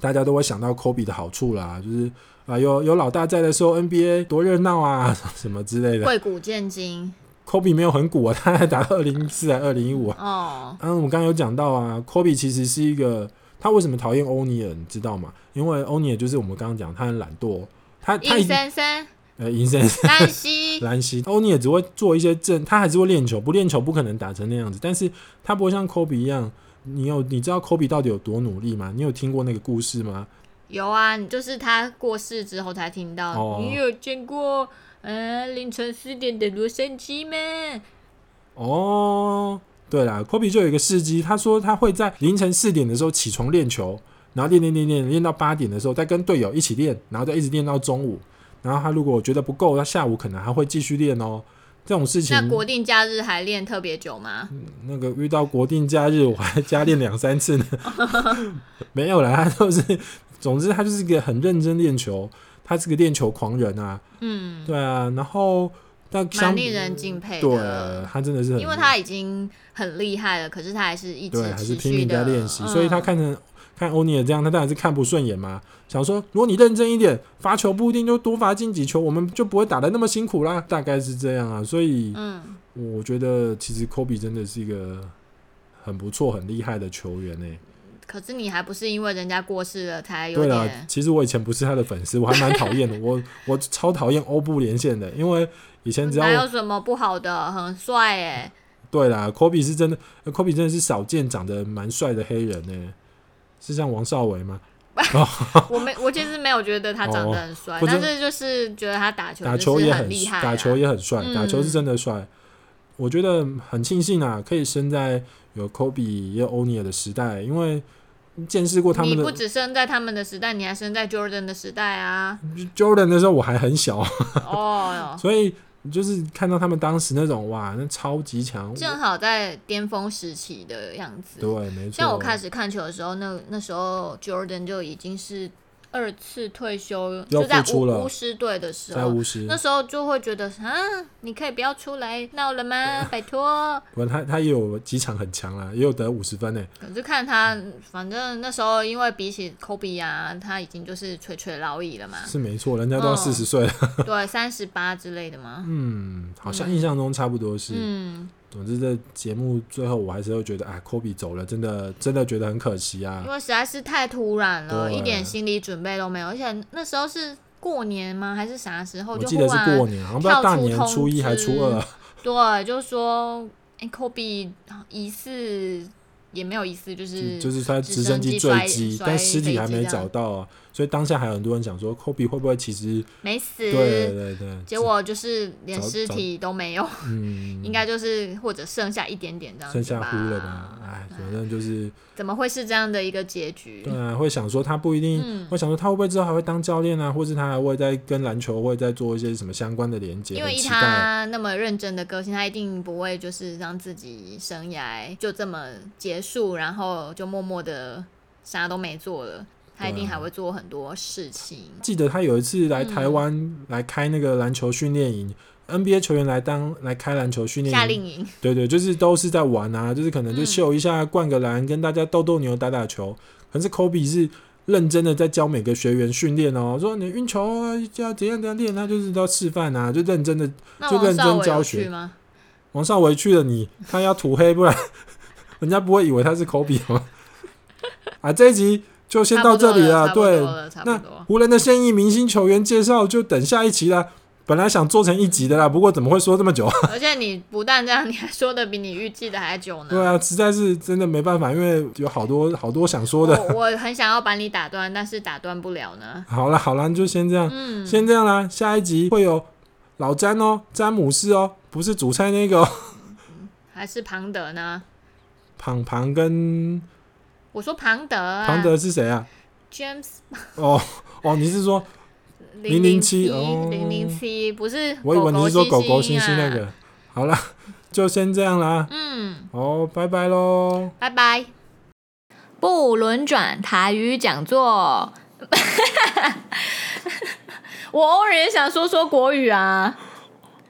S2: 大家都会想到科比的好处啦，就是啊、有有老大在的时候，NBA 多热闹啊，什么之类的。
S1: 贵古见今，
S2: 科比没有很鼓啊，他还打二零四还二零一五啊。
S1: 哦，
S2: 嗯，我们刚刚有讲到啊，科比其实是一个他为什么讨厌欧尼尔，你知道吗？因为欧尼尔就是我们刚刚讲他很懒惰，他他
S1: 硬
S2: 已经
S1: 生生
S2: 呃银生
S1: 单 膝
S2: 兰西，欧尼尔只会做一些正，他还是会练球，不练球不可能打成那样子。但是他不会像科比一样，你有你知道科比到底有多努力吗？你有听过那个故事吗？
S1: 有啊，你就是他过世之后才听到。
S2: 哦
S1: 你有见过呃凌晨四点的洛杉矶吗？
S2: 哦，对啦，科比就有一个事迹，他说他会在凌晨四点的时候起床练球，然后练练练练练到八点的时候，再跟队友一起练，然后再一直练到中午。然后他如果觉得不够，他下午可能还会继续练哦。这种事情，
S1: 那国定假日还练特别久吗？
S2: 那个遇到国定假日，我还加练两三次呢。 没有啦，他就是，总之他就是一个很认真练球，他是个练球狂人啊。
S1: 嗯，
S2: 对啊，然后但相
S1: 蛮令人敬佩
S2: 对
S1: 的。
S2: 他真的是很，
S1: 因为他已经很厉害了，可是他还是一直
S2: 对还是
S1: 持
S2: 拼
S1: 续
S2: 命在
S1: 的
S2: 练习，
S1: 嗯
S2: 所以他看成看欧尼尔这样，他当然是看不顺眼嘛。想说，如果你认真一点，罚球不一定就多罚进几球，我们就不会打得那么辛苦啦。大概是这样啊，所以
S1: 嗯，
S2: 我觉得其实科比真的是一个很不错、很厉害的球员呢、欸
S1: 可是你还不是因为人家过世了才有
S2: 对啦，
S1: 点
S2: 其实我以前不是他的粉丝，我还蛮讨厌的。我 我超讨厌欧布连线的，因为以前只要
S1: 哪有什么不好的，很帅 哎、
S2: 对啦，科比是真的，科比真的是少见长得蛮帅的黑人呢、欸是像王少伟吗？
S1: 我没，我其实没有觉得他长得很帅，
S2: 哦不是
S1: 但是就是觉得他打球
S2: 打球
S1: 就是
S2: 也
S1: 很厉害啊、
S2: 打球也很帅，
S1: 嗯
S2: 打球是真的帅。我觉得很庆幸啊，可以生在有科比也有欧尼尔的时代，因为见识过他
S1: 你
S2: 们
S1: 不
S2: 的
S1: 只生在他们的时代，你还生在 Jordan 的时代啊！
S2: Jordan 的时候我还很小，
S1: 哦，
S2: 所以就是看到他们当时那种哇，那超级强，
S1: 正好在巅峰时期的样子。
S2: 对，没错。
S1: 像我开始看球的时候，那那时候 Jordan 就已经是二次退休，
S2: 要
S1: 就在
S2: 复出
S1: 巫
S2: 了
S1: 巫师队的时
S2: 在
S1: 候。
S2: 巫师，
S1: 那时候就会觉得啊，你可以不要出来闹了吗？
S2: 啊
S1: 拜托！
S2: 不，他他也有几场很强啦，也有得五十分呢。
S1: 可是看他，反正那时候因为比起 Kobe 啊，他已经就是垂垂老矣了 嘛，
S2: 是没错，人家都要
S1: 嗯
S2: 四十岁了。
S1: 对，三十八之类的嘛。
S2: 嗯，好像印象中差不多是。
S1: 嗯，
S2: 总之，这节目最后我还是会觉得啊，科比走了，真的真的觉得很可惜啊
S1: 因。为实在是太突然了，
S2: 对
S1: 一点心理准备都没有，而且那时候是过年吗？还是啥时候？
S2: 我
S1: 哦就
S2: 记得
S1: 忽然
S2: 是过年，好像不知道大年
S1: 跳出
S2: 初一还初二
S1: 通，对，就说哎、k o b e 疑似也没有疑似，就是
S2: 就是他直升机坠机，但尸体还没找到啊。所以当下还有很多人想说，科比会不会其实
S1: 没
S2: 对对
S1: 死。
S2: 对对，
S1: 结果就是连
S2: 早
S1: 尸
S2: 早
S1: 体都没有，
S2: 嗯，
S1: 应该就是或者剩下一点点这样子
S2: 剩下
S1: 吧。嗯
S2: 呼了吧？哎，反正就是
S1: 怎么会是这样的一个结局？
S2: 对啊，会想说他不一定，
S1: 嗯，
S2: 会想说他会不会之后还会当教练啊，或是他还会再跟篮球会再做一些什么相关的连接？
S1: 因为
S2: 很
S1: 依
S2: 期待。
S1: 他那么认真的个性，他一定不会就是让自己生涯就这么结束，然后就默默的啥都没做了。他一定
S2: 对啊
S1: 还会做很多事情。
S2: 记得他有一次来
S1: 嗯
S2: 台湾来开那个篮球训练营。NBA 球员来当来开篮球训
S1: 夏
S2: 练营，
S1: 令营，
S2: 对对，就是都是在玩啊，就是可能就
S1: 嗯
S2: 秀一下、灌个篮，跟大家斗斗牛、打打球。可是 Kobe 是认真的在教每个学员训练哦，说你运球啊要怎样怎样练，他就是要示范啊，就认真的。
S1: 那
S2: 就
S1: 王
S2: 认
S1: 少
S2: 真
S1: 伟
S2: 教
S1: 有
S2: 学
S1: 去吗？
S2: 王少维去了你，他要涂黑，不然 人家不会以为他是 Kobe 好吗？ 啊，这一集就先到这里啊
S1: 差不多
S2: 对，
S1: 了，差不多了，差不多。
S2: 湖人的现役明星球员介绍就等下一期啦。本来想做成一集的啦，不过怎么会说这么久？
S1: 而且你不但这样，你还说的比你预计的还久呢。
S2: 对啊，实在是真的没办法，因为有好多好多想说的。
S1: 我我很想要把你打断，但是打断不了呢。
S2: 好啦好啦，就先这样，
S1: 嗯，
S2: 先这样啦。下一集会有老詹哦，詹姆斯哦，不是主菜那个、哦，
S1: 还是庞德呢？
S2: 庞庞跟
S1: 我说庞德啊，
S2: 庞德是谁啊？
S1: James
S2: 哦哦，你是说
S1: 零
S2: 007
S1: 七
S2: 哦
S1: 零零七，不是
S2: 我以为你是说狗狗星
S1: 星啊
S2: 星那。个。好啦，就先这样啦，
S1: 嗯，
S2: 哦，拜拜喽。
S1: 拜拜。不轮转台语讲座。 我偶尔也想说说国语啊。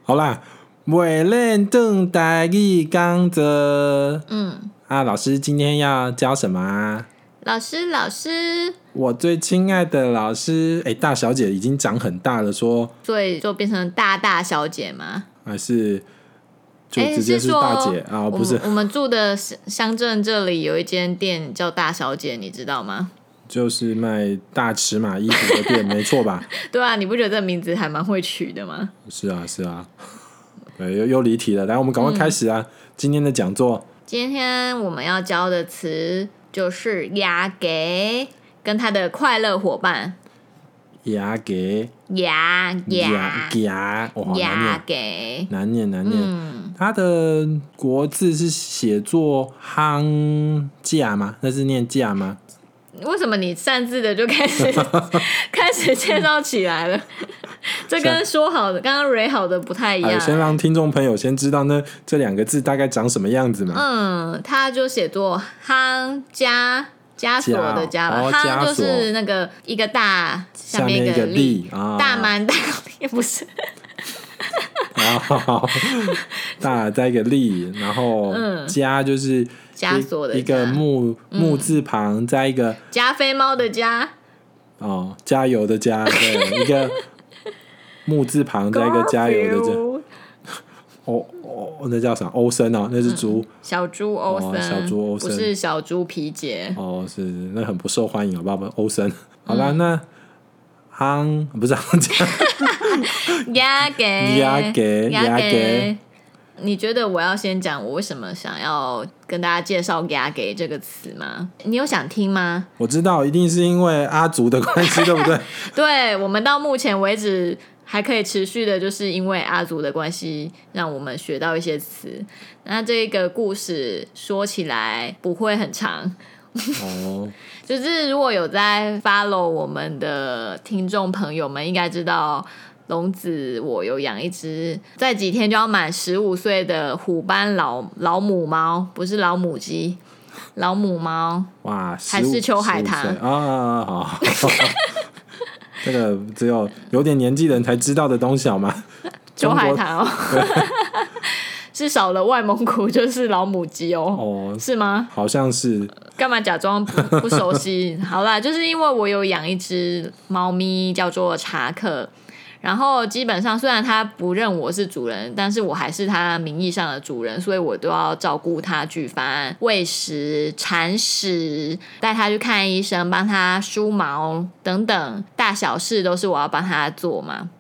S2: 好啦，袂练邓台语讲者
S1: 嗯，
S2: 啊，老师今天要教什么啊？
S1: 老师老师，
S2: 我最亲爱的老师，哎、大小姐已经长很大了说，
S1: 所以就变成大大小姐嘛。
S2: 还是就
S1: 哎
S2: 直接
S1: 是
S2: 是
S1: 说
S2: 大姐啊，
S1: 我
S2: 不是
S1: 们，我们住的乡乡镇这里有一间店叫大小姐，你知道吗？
S2: 就是卖大尺码衣服的店，没错吧？
S1: 对啊，你不觉得这名字还蛮会取的吗？
S2: 是啊，是啊，对，又又离题了。来，我们赶快
S1: 嗯
S2: 开始啊！今天的讲座，
S1: 今天我们要教的词就是雅给跟他的快乐伙伴
S2: 牙给
S1: 雅
S2: 牙
S1: 雅
S2: 牙，哇，
S1: 雅
S2: 难
S1: 给，
S2: 念，难念，难念。
S1: 嗯，
S2: 它的国字是写作“夯架”吗？那是念“架”吗？
S1: 为什么你擅自的就开 始开始介绍起来了？这跟说好的刚刚蕊好的不太一
S2: 哎，
S1: 样。
S2: 先让听众朋友先知道那这两个字大概长什么样子嘛。
S1: 嗯，它就写作夯枷枷锁的枷吧，
S2: 枷哦
S1: 夯就
S2: 枷锁
S1: 是那个一个大下
S2: 下面
S1: 一
S2: 一个
S1: 立，
S2: 立啊，
S1: 大蛮大也不是，
S2: 好，大再一个立，然后
S1: 嗯
S2: 加就是
S1: 枷
S2: 一
S1: 锁的嗯
S2: 一个
S1: 枷
S2: 木木字旁，再一个
S1: 加菲猫的加，
S2: 哦，加油 的加，对，一个木字旁再一个加油的加，
S1: Garfield
S2: 哦哦，那叫啥？欧森哦，那是猪、
S1: 小猪欧森，
S2: 哦小猪欧森
S1: 不是小猪皮杰，
S2: 哦，是那很不受欢迎，好不好？欧
S1: 嗯
S2: 森，好啦，那夯不是夯家，
S1: 鸭给
S2: 鸭给
S1: 鸭
S2: 鸭
S1: 给
S2: 给。
S1: 你觉得我要先讲我为什么想要跟大家介绍“鸭给”这个词吗？你有想听吗？
S2: 我知道一定是因为阿族的关系，对不对？
S1: 对我们到目前为止还可以持续的，就是因为阿祖的关系，让我们学到一些词。那这个故事说起来不会很长，
S2: 哦，
S1: 就是如果有在 follow 我们的听众朋友们，应该知道。龙子，我有养一只，在几天就要满十五岁的虎斑老老母猫，不是老母鸡，老母猫。
S2: 哇，
S1: 还是
S2: 15
S1: 秋海
S2: 15
S1: 棠
S2: 岁啊啊，啊好。 这个只有有点年纪的人才知道的东西好吗？
S1: 九
S2: 中
S1: 海
S2: 国
S1: 棠哦， 是少了外蒙古就是老母鸡哦，
S2: 哦，
S1: 是吗？
S2: 好像是
S1: 干嘛假装不不熟悉？ 好啦，就是因为我有养一只猫咪叫做查克，然后基本上虽然它不认我是主人，但是我还是它名义上的主人，所以我都要照顾它，举凡喂食、铲屎、带它去看医生、帮它梳毛等等大小事，都是我要帮它做嘛。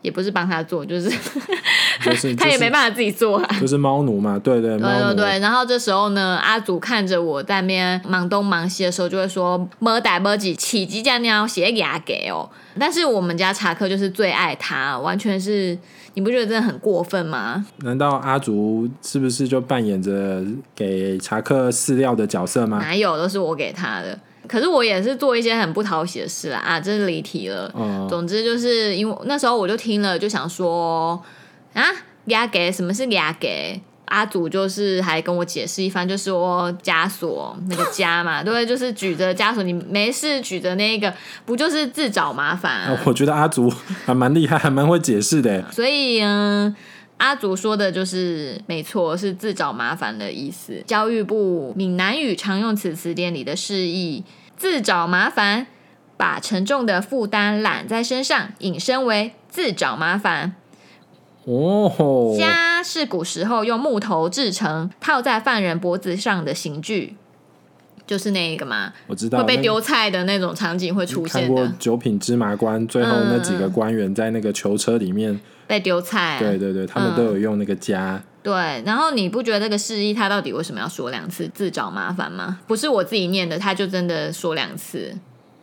S1: 也不是帮它做，就是
S2: 就是
S1: 他也
S2: 就是
S1: 没办法自己做、啊。
S2: 就是猫奴嘛，对对，猫
S1: 对对
S2: 奴，
S1: 对，然后这时候呢，阿祖看着我在那边忙东忙西的时候，就会说“摸打摸几起鸡架尿鞋牙给哦”。但是我们家查克就是最爱他，完全是你不觉得真的很过分吗？
S2: 难道阿竹是不是就扮演着给查克饲料的角色吗？
S1: 哪有都是我给他的，可是我也是做一些很不讨喜的事啦啊，真是离题了。
S2: 哦、
S1: 总之就是因为那时候我就听了，就想说啊，压给什么是压给？阿祖就是还跟我解释一番，就说枷锁那个枷嘛，对，就是举着枷锁，你没事举着那个，不就是自找麻烦、
S2: 啊我觉得阿竹还蛮厉害，还蛮会解释的。
S1: 所以嗯，阿祖说的就是没错，是自找麻烦的意思。教育部闽南语常用词词典里的释义，自找麻烦，把沉重的负担揽在身上，引申为自找麻烦。
S2: 哦吼，
S1: 枷是古时候用木头制成，套在犯人脖子上的刑具。就是那一个嘛，
S2: 我知道
S1: 会被
S2: 那
S1: 丢菜的那种场景会出
S2: 看
S1: 现
S2: 过
S1: 的，
S2: 《
S1: 嗯
S2: 九品芝麻官》，最后那几个官员在那个囚车里面，
S1: 被丢菜。啊
S2: 对对对，他
S1: 嗯
S2: 们都有用那个枷。
S1: 对，然后你不觉得这个示意他到底为什么要说两次自找麻烦吗？不是我自己念的，他就真的说两次。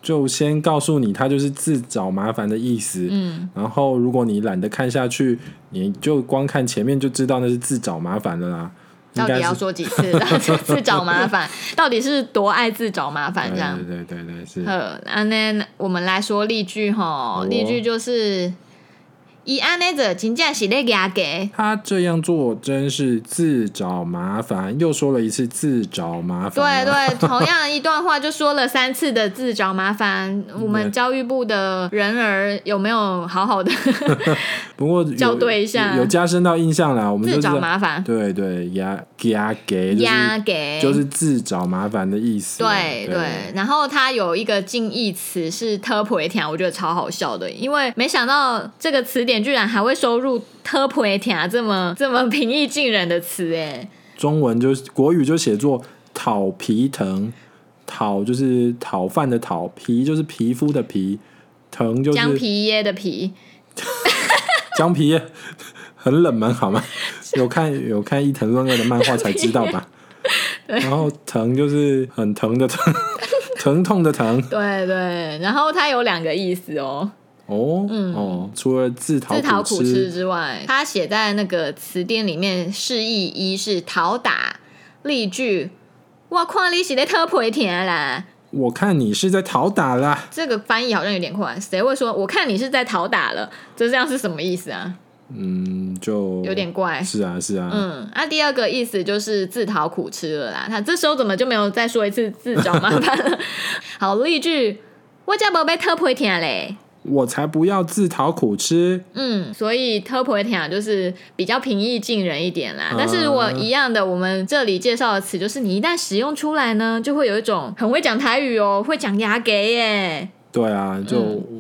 S2: 就先告诉你，他就是自找麻烦的意思。
S1: 嗯，
S2: 然后如果你懒得看下去，你就光看前面就知道那是自找麻烦的啦。
S1: 到
S2: 应该
S1: 底
S2: 是
S1: 要说几次？ 到底是自找麻烦，到底是多爱自找麻烦这样
S2: 对？对对对对，是。
S1: 呃，安呢，我们来说例句哈，
S2: 哦
S1: 例句就是。以安内者，请假洗内牙给，
S2: 他这样做真是自找麻烦，又说了一次自找麻烦、
S1: 对，对，同样一段话就说了三次的自找麻烦。我们
S2: 对
S1: 教育部的人儿有没有好 好的
S2: 不过有
S1: 校对一下
S2: 有有加深到印象啦。我们就
S1: 自
S2: 知道
S1: 找麻烦？
S2: 对对，压压给就是
S1: 压给
S2: 就是自找麻烦的意思。
S1: 对对
S2: 对，，
S1: 然后它有一个近义词是“特婆一条”，我觉得超好笑的，因为没想到这个词典典居然还会收入特普埃亚这么 这么平易近人的词，哎，
S2: 中文就是国语就写作讨皮疼，讨就是讨饭的讨，皮就是皮肤的皮，疼就是
S1: 姜皮耶的皮，
S2: 姜皮 耶，很冷门 好吗？有看有看伊藤润二的漫画才知道 吧。然后疼就是很疼 的疼，疼痛的疼。
S1: 对对，然后它有两个意思哦。
S2: 哦、哦，除了自讨
S1: 自讨苦吃
S2: 吃，
S1: 之外，他写在那个词典里面释义一是讨打例句。我看你是在特赔田啊啦，
S2: 我看你是在讨打啦。
S1: 这个翻译好像有点快。谁会说我看你是在讨打了？这这样是什么意思啊？
S2: 嗯，就
S1: 有点怪。
S2: 是啊是啊，
S1: 嗯，那、第二个意思就是自讨苦吃了啦。他这时候怎么就没有再说一次自找麻烦了？ 好，例句，我家宝贝特赔田嘞。
S2: 我才不要自讨苦吃。
S1: 嗯，所以 t u r p o i t a 就是比较平易近人一点啦。
S2: 嗯
S1: 但是如果一样的，我们这里介绍的词，就是你一旦使用出来呢，就会有一种很会讲台语哦，会讲牙给耶。
S2: 对啊，
S1: 嗯
S2: 就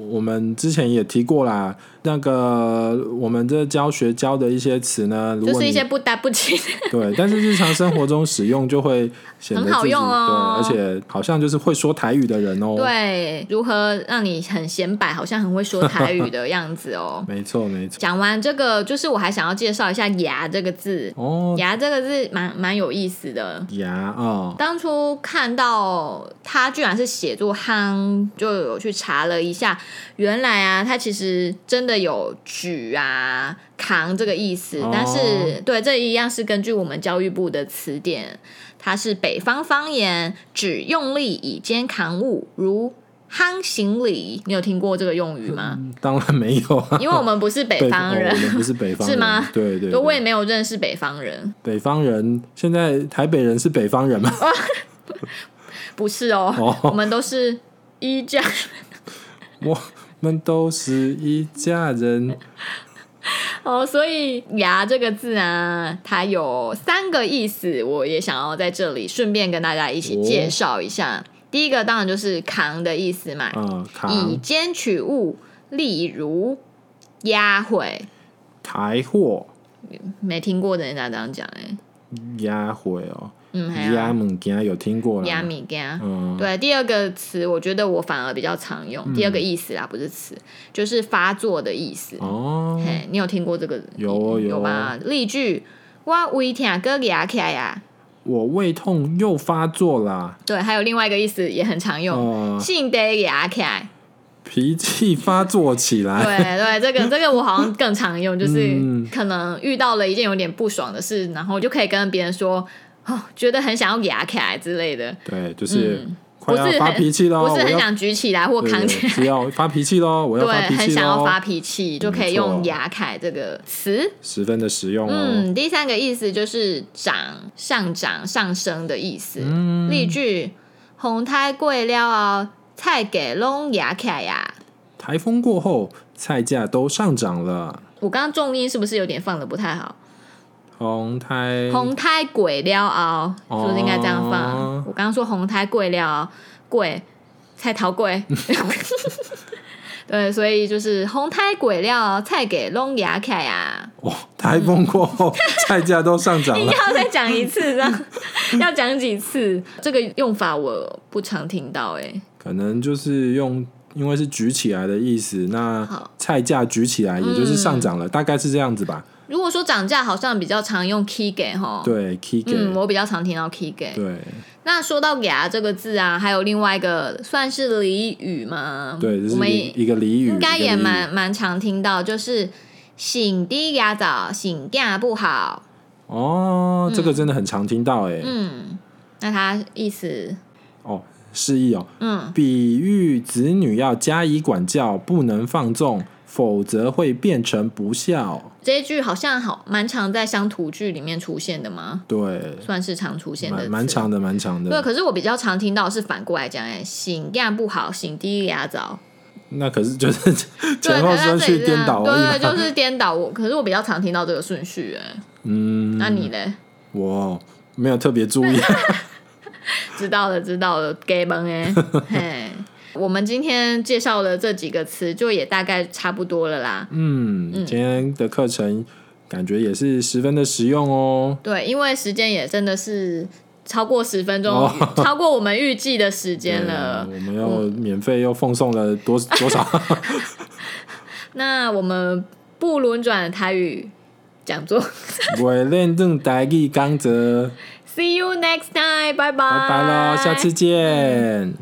S2: 我们之前也提过啦，那个我们这教学教的一些词呢，如
S1: 就
S2: 果
S1: 是
S2: 你哦
S1: 一些不搭不起，
S2: 对，但是日常生活中使用就会显得
S1: 很好
S2: 自己
S1: 用哦
S2: 对，而且好像就是会说台语的人哦。，。
S1: 对，如何让你很显摆，好像很会说台语的样子哦
S2: 没错没错。
S1: 讲完这个，就是我还想要介绍一下“牙”这个字，“
S2: 哦，
S1: 牙”这个字蛮蛮有意思的。
S2: 牙啊、
S1: 当初看到他居然是写作“夯”，就有去查了一下，原来啊，他其实真的有举啊、扛这个意思，
S2: 哦
S1: 但是对这一样是根据我们教育部的词典，它是北方方言，指用力以肩扛物，如夯行李。你有听过这个用语吗？
S2: 当然没有啊，
S1: 因为我们不是嗯北方人
S2: 哦，我，们不是北方人，
S1: 是吗
S2: 对对
S1: 就我
S2: 对
S1: 也没有认识北方人，
S2: 北方人，现在台北人是北方人吗？
S1: 哦不是哦，
S2: 哦
S1: 我们都是一家。
S2: 我们都是一家人。
S1: 哦，所以“牙”这个字啊，它有三个意思，我也想要在这里顺便跟大家一
S2: 哦
S1: 起介绍一下。第一个当然就是扛的意思嘛，
S2: 嗯，
S1: 以
S2: 扛
S1: 肩取物，例如压毁，
S2: 台货
S1: 没听过的人家这样讲哎、欸，
S2: 压回哦，
S1: 嗯，还
S2: 压
S1: 有
S2: 物件有听过
S1: 压
S2: 啦。
S1: 米干。
S2: 嗯，
S1: 对，第二个词我觉得我反而比较常用，第二个意思啦，不是词，就是发作的意思。
S2: 哦，
S1: 嘿，你有听过这个？嗯
S2: 有哦有哦
S1: 有吧？例句：我胃疼，啊哥牙起来呀。
S2: 我胃痛又发作啦，
S1: 对，还有另外一个意思也很常用，
S2: 哦，
S1: 性得牙起 来。
S2: 脾气发作起来。
S1: 对对，这个这个我好像更常用，就是
S2: 嗯
S1: 可能遇到了一件有点不爽的事，然后就可以跟别人说，哦，觉得很想要牙起来之类的，
S2: 对，就是
S1: 嗯
S2: 快
S1: 不是
S2: 要发
S1: 很
S2: 脾气喽，
S1: 不
S2: 我
S1: 是很
S2: 要
S1: 想举起来或
S2: 对
S1: 扛起来。
S2: 是啊要发脾气喽，我要
S1: 对
S2: 发，脾
S1: 很
S2: 气
S1: 想要
S2: 喽，
S1: 发脾气，就可以
S2: 没错
S1: 用“牙凯”这个词。
S2: 十分的实用哦。
S1: 嗯，第三个意思就是涨、上涨、上升的意
S2: 嗯
S1: 思。例句：红胎贵了哦，菜给拢牙凯呀。
S2: 台风过后，菜价都上涨了，
S1: 我刚刚重音是不是有点放的不太好？
S2: 红台
S1: 红胎鬼了熬，
S2: 哦
S1: 是不是应该这样放？我刚刚说红胎鬼了熬，鬼菜桃贵。对，所以就是红胎鬼了，菜给弄牙凯呀。
S2: 哦，台风过后， 菜价都上涨
S1: 应
S2: 了
S1: 该。要再讲一次，这样 要讲几次？这个用法我不常听到、欸，
S2: 可能就是用，因为是举起来的意思，那
S1: 好嗯
S2: 菜价举起来，也就是上涨了，大概是这样子吧。
S1: 如果说涨价，好像比较常用 key 给哈。
S2: 对 k i g
S1: 哦嗯，我比较常听到 key 给。
S2: 对
S1: 那说到“牙”这个字啊，还有另外一个算是俚语吗？
S2: 对，这
S1: 我
S2: 是
S1: 们
S2: 一一个俚语，
S1: 应该
S2: 一个
S1: 也
S2: 俚语
S1: 蛮蛮常听到，就是“醒低牙早，醒牙不好
S2: 哦，这个真的很常听到哎”。，
S1: 嗯，那它意思，
S2: 哦，示意哦，
S1: 嗯，
S2: 比喻子女要加以管教，不能放纵，否则会变成不孝。
S1: 这一句好像好蛮常在乡土剧里面出现的吗？
S2: 对，
S1: 算是常出现的
S2: 蛮
S1: 词，
S2: 蛮长的，蛮长
S1: 对，
S2: 的。
S1: 可是我比较常听到是反过来讲，哎，醒牙不好，醒低牙 早。
S2: 那可是就是 前
S1: 对，
S2: 后
S1: 可是它
S2: 顺
S1: 这里
S2: 序
S1: 是
S2: 颠倒而
S1: 对
S2: 已
S1: 对，
S2: 嘛。
S1: 就是颠倒。我可是我比较常听到这个顺序，哎，
S2: 嗯，
S1: 那你嘞？
S2: 我 没有特别注意。
S1: 欸 知道了，知道了，给蒙哎，嘿。我们今天介绍的这几个词，就也大概差不多了啦。
S2: 嗯，今天的课程感觉也是十分的实用哦。
S1: 对，因为时间也真的是超过十分钟，
S2: 哦
S1: 超过我们预计的时间
S2: 对啊
S1: 了。嗯
S2: 我们又免费又奉送了多多少？
S1: 那我们不轮转台语讲座
S2: 我认证台语刚则，
S1: ，See you next time，拜拜，
S2: 拜拜喽，下次见。